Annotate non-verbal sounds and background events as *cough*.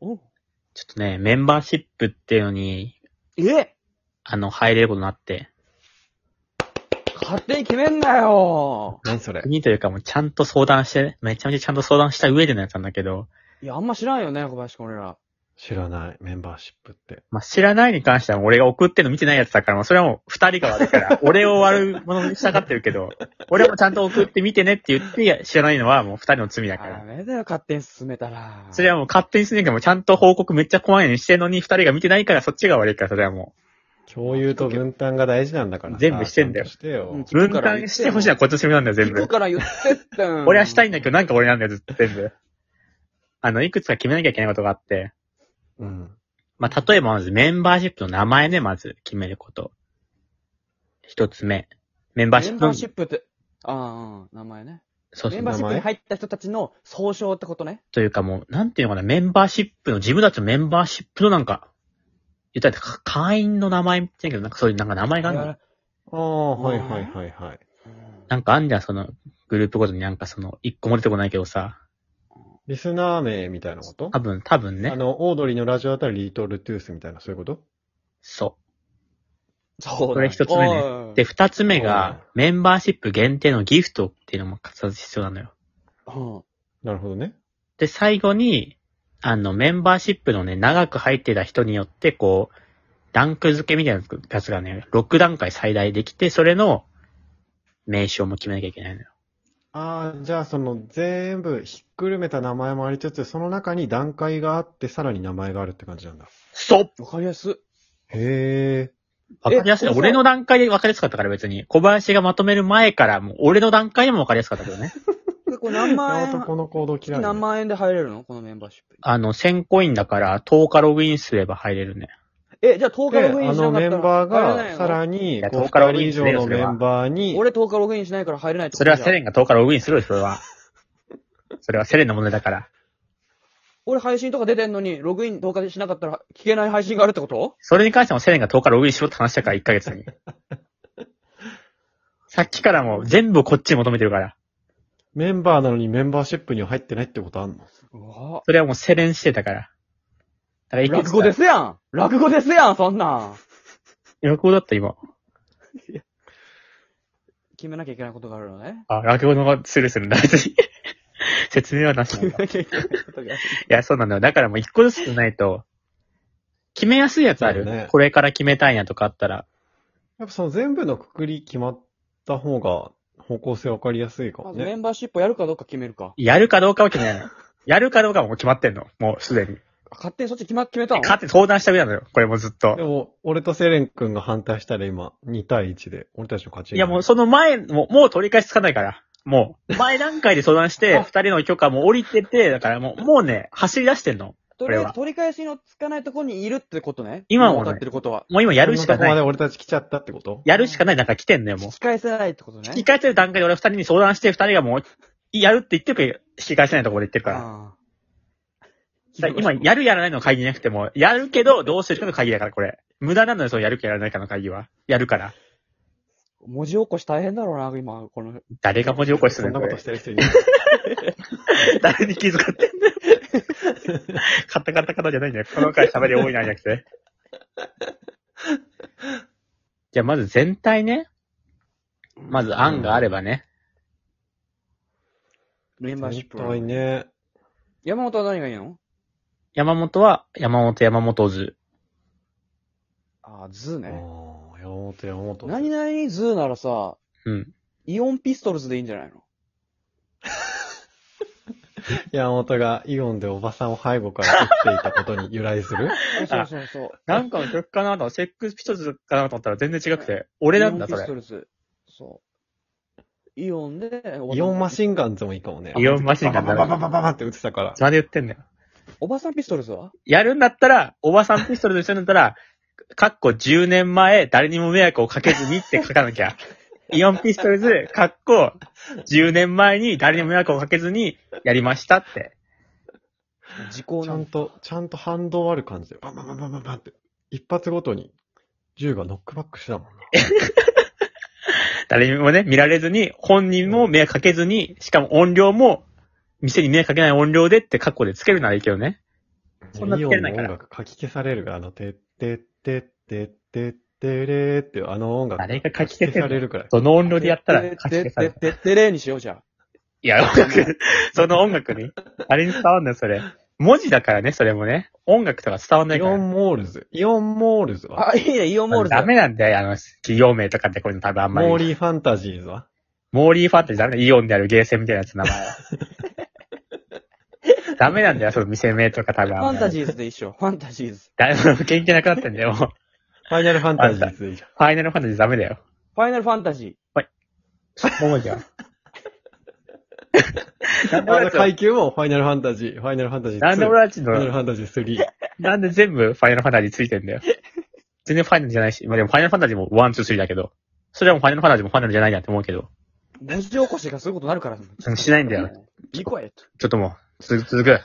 おうちょっとね、メンバーシップっていうのに、えあの、入れることになって、勝手に決めんなよ何それ国というかもうちゃんと相談して、めちゃめちゃちゃんと相談した上でのやつなんだけど、いや、あんま知らんよね、小林君俺ら。知らない。メンバーシップって。まあ、知らないに関しては俺が送ってんの見てないやつだから、もうそれは *laughs* もう二人が悪いから、俺を悪者にしたがってるけど、俺もちゃんと送って見てねって言っていや知らないのはもう二人の罪だかダら。メだよ、勝手に進めたら。それはもう勝手にするんだけども、ちゃんと報告めっちゃ怖いようにしてんのに、二人が見てないからそっちが悪いから、それはも共有と分担が大事なんだからさ。全部してんだよちゃとしてよ。うんう。分担してほしいのはこっちの責任なんだよ、全行部く。から言ってってん。俺はしたいんだけど、なんか俺なんだよ、ずっと全部。あの、いくつか決めなきゃいけないことがあって。うん。まあ、例えばまずメンバーシップの名前ね、まず決めること。一つ目。メンバーシメッンプバの。ーシップって、ああ、名前ね。そうメそンうバー。シップ名に前入った人たちの総称ってことね。というかもう、なんていうのかな、メンバーシップの、自分たちのメンバーシップのなんか、言ったらか会員の名前みたいなけど、なんかそういうなんか名前があるの。ああ、はいはいはいはい。なんかあんじゃん、その、グループごとになんかその、一個も出てこないけどさ。リスナー名みたいなこと多分、多分あね。の、オードリーのラジオだったらリートルトゥースみたいな、そういうことそそうだこれ一つ目ねおう。いで、二つ目そうがね、メンバーシップ限定のギフトっていうのも必ず必要なのよ。うんなるほどね。で、最後に、あの、メンバーシップのね、長く入ってた人によって、こう、ランク付けみたいなやつがね、6段階最大できて、それの名称も決めなきゃいけないのよ。ああ、じゃあその全部ひっくるめた名前もありつつ、その中に段階があって、さらに名前があるって感じなんだ。そうわかりやすい。へえ。わかりやすい。え俺の段階でわかりやすかったから別に。小林がまとめる前から、もう俺の段階でもわかりやすかったけどね。でこれ *laughs* 何万円、男の行動嫌い、月ね。何万円で入れるのこのメンバーシップに。あの、1000コインだから、10日ログインすれば入れるね。え、じゃあ10日で、ログイあンしなのかったらメンバー入れないが、のさらに、やこう10日ロ二グイン人以する上よのメンバーに、俺10日ログインしないから入れないってそことれはじゃんセレンが10日ログインするよ、それ *laughs* は。それはセレンの問題だから。俺配信とか出てんのに、ログイン10日しなかったら聞けない配信があるってことそれに関してもセレンが10日ログインしろって話したから、1ヶ月 *laughs* に。さっきからもう全部こっちに求めてるから。メンバーなのにメンバーシップには入ってないってことあんのうわそれはもうセレンしてたから。だからいくつ落語ですやん落語ですやんそんなん落語だった、今。決めなきゃいけないことがあるの *laughs* ね。あ、落語の方がスルーするんだ、別に。 *laughs* 説明はなしなんだ。いなきゃいけないことがある。や、そうなんだよ。だからもう一個ずつじゃないと、決めやすいやつある、そうねこれから決めたいなとかあったら。やっぱその全部のくくり決まった方が、方向性わかりやすいかまもずメね。ンバーシップをやるかどうか決めるか。やるかどうかは決めないの。やるかどうかはもう決まってんの。もうすでに。勝手にそっち決ま、決めたの勝って相談した上なのよ。これもずっとで。も、俺とセレン君が反対したら今、2対1で、俺たちの勝ち。いやもうその前、もう、もう取り返しつかないから。もう、前段階で相談して、二人の許可も降りてて、だからもう、もうね、走り出してんの。とこりあれえはず取り返しのつかないところにいるってことね。今はね分かってることは。もう今やるしかここまなでい。俺たち来ちゃったってことやるしかない、なんか来てんのよ、もう引。き返せないってことね。引き返せる段階で俺は二人に相談して、二人がもう、やるって言ってるけど、引き返せないところで言ってるから。あだから今、やるやらないの会議じゃなくても、やるけど、どうするかの会議だから、これ。無駄なのよ、そうやるかやらないかの会議は。やるから。あ文字起こし大変だろうな、今、この。誰が文字起こしすそるんのなこれことしてる人いない。 *laughs* 誰に気遣ってんだよ。カタカタカタじゃないんだよ。この回喋り多いなんじゃなくて。じゃあまず全体ね。まず案があればね。メンバーシップ絶対ね。山本は何がいいの山本は山本山本図。ああ、ズーああ、ね。山本山本。何々ズーならさ、うん。イオンピストルズでいいんじゃないの山本がイオンでおばさんを背後から撃っていたことに由来するそうそうそう。なんかの曲かなと、セックスピストルズかなと思ったら全然違くて。こ俺なんだ、それ。イオンピストルズ。そう。イオンで、イオンマン。シンガンズもいいかもね。イオンマシンガンバだバな。バババババって撃ってたから。まで言ってんだよ。おばさんピストルズはやるんだったら、おばさんピストルズしてるんだったら、かっこ10年前、誰にも迷惑をかけずにって書かなき *laughs* ゃ。イオンピストルズ、かっこ10年前に誰にも迷惑をかけずにやりましたって。時効ちなゃのんと、ちゃんと反動ある感じで、バンバンバンバンバンバンって、一発ごとに、銃がノックバックしてたもんな。誰にもね、見られずに、本人も迷惑かけずに、しかも音量も、店に迷惑かけない音量でってカッコでつけるならいいけどね。そんなイつオけンれなのいか音ら楽書き消される。あの、てってってってってってれーっていうあの音楽あれが書き消消せされる。るくらい。どの音量でやったらで書きで消されでる。ででれにしようじゃあ。いや、音楽、その音楽に。あれに伝わんない、それ。文字だからね、それもね。音楽とか伝わんないイかオら。ンモールズ。イオンモールズはあ、いいね、イオンモールズ。ダメなんだよ、あの、企業名とかってこういうの多分あんまり。モーリーファンタジーズはモーリーファンタジーダメだ。イオンであるゲーセンみたいなやつの名 *laughs* 前は。ダメなんだよ、その店名とか多分。ファンタジー。ーズで一緒。ファンタジーズ。だいぶ元気なくなってんだよ。もうフファイナルファンタジーズでいいじゃん。ァイナルファンタジーダメだよ。ファイナルファンタジー。もうじゃん。なんであの俺たち階級もファイナルファンタジー、ファイナルファンタジー2。なんで俺たちファイナルの、ファンタジー3。なんで全部ファイナルファンタジーついてんだよ。全然ファイナルじゃないし、まあでもファイナルファンタジーも1、2、3だけど、それはもうファイナルファンタジーもファイナルじゃないなって思うけど、文字起こしがそういうことになるから。しないんだよ。いい声。ちょっともう、続く、続く。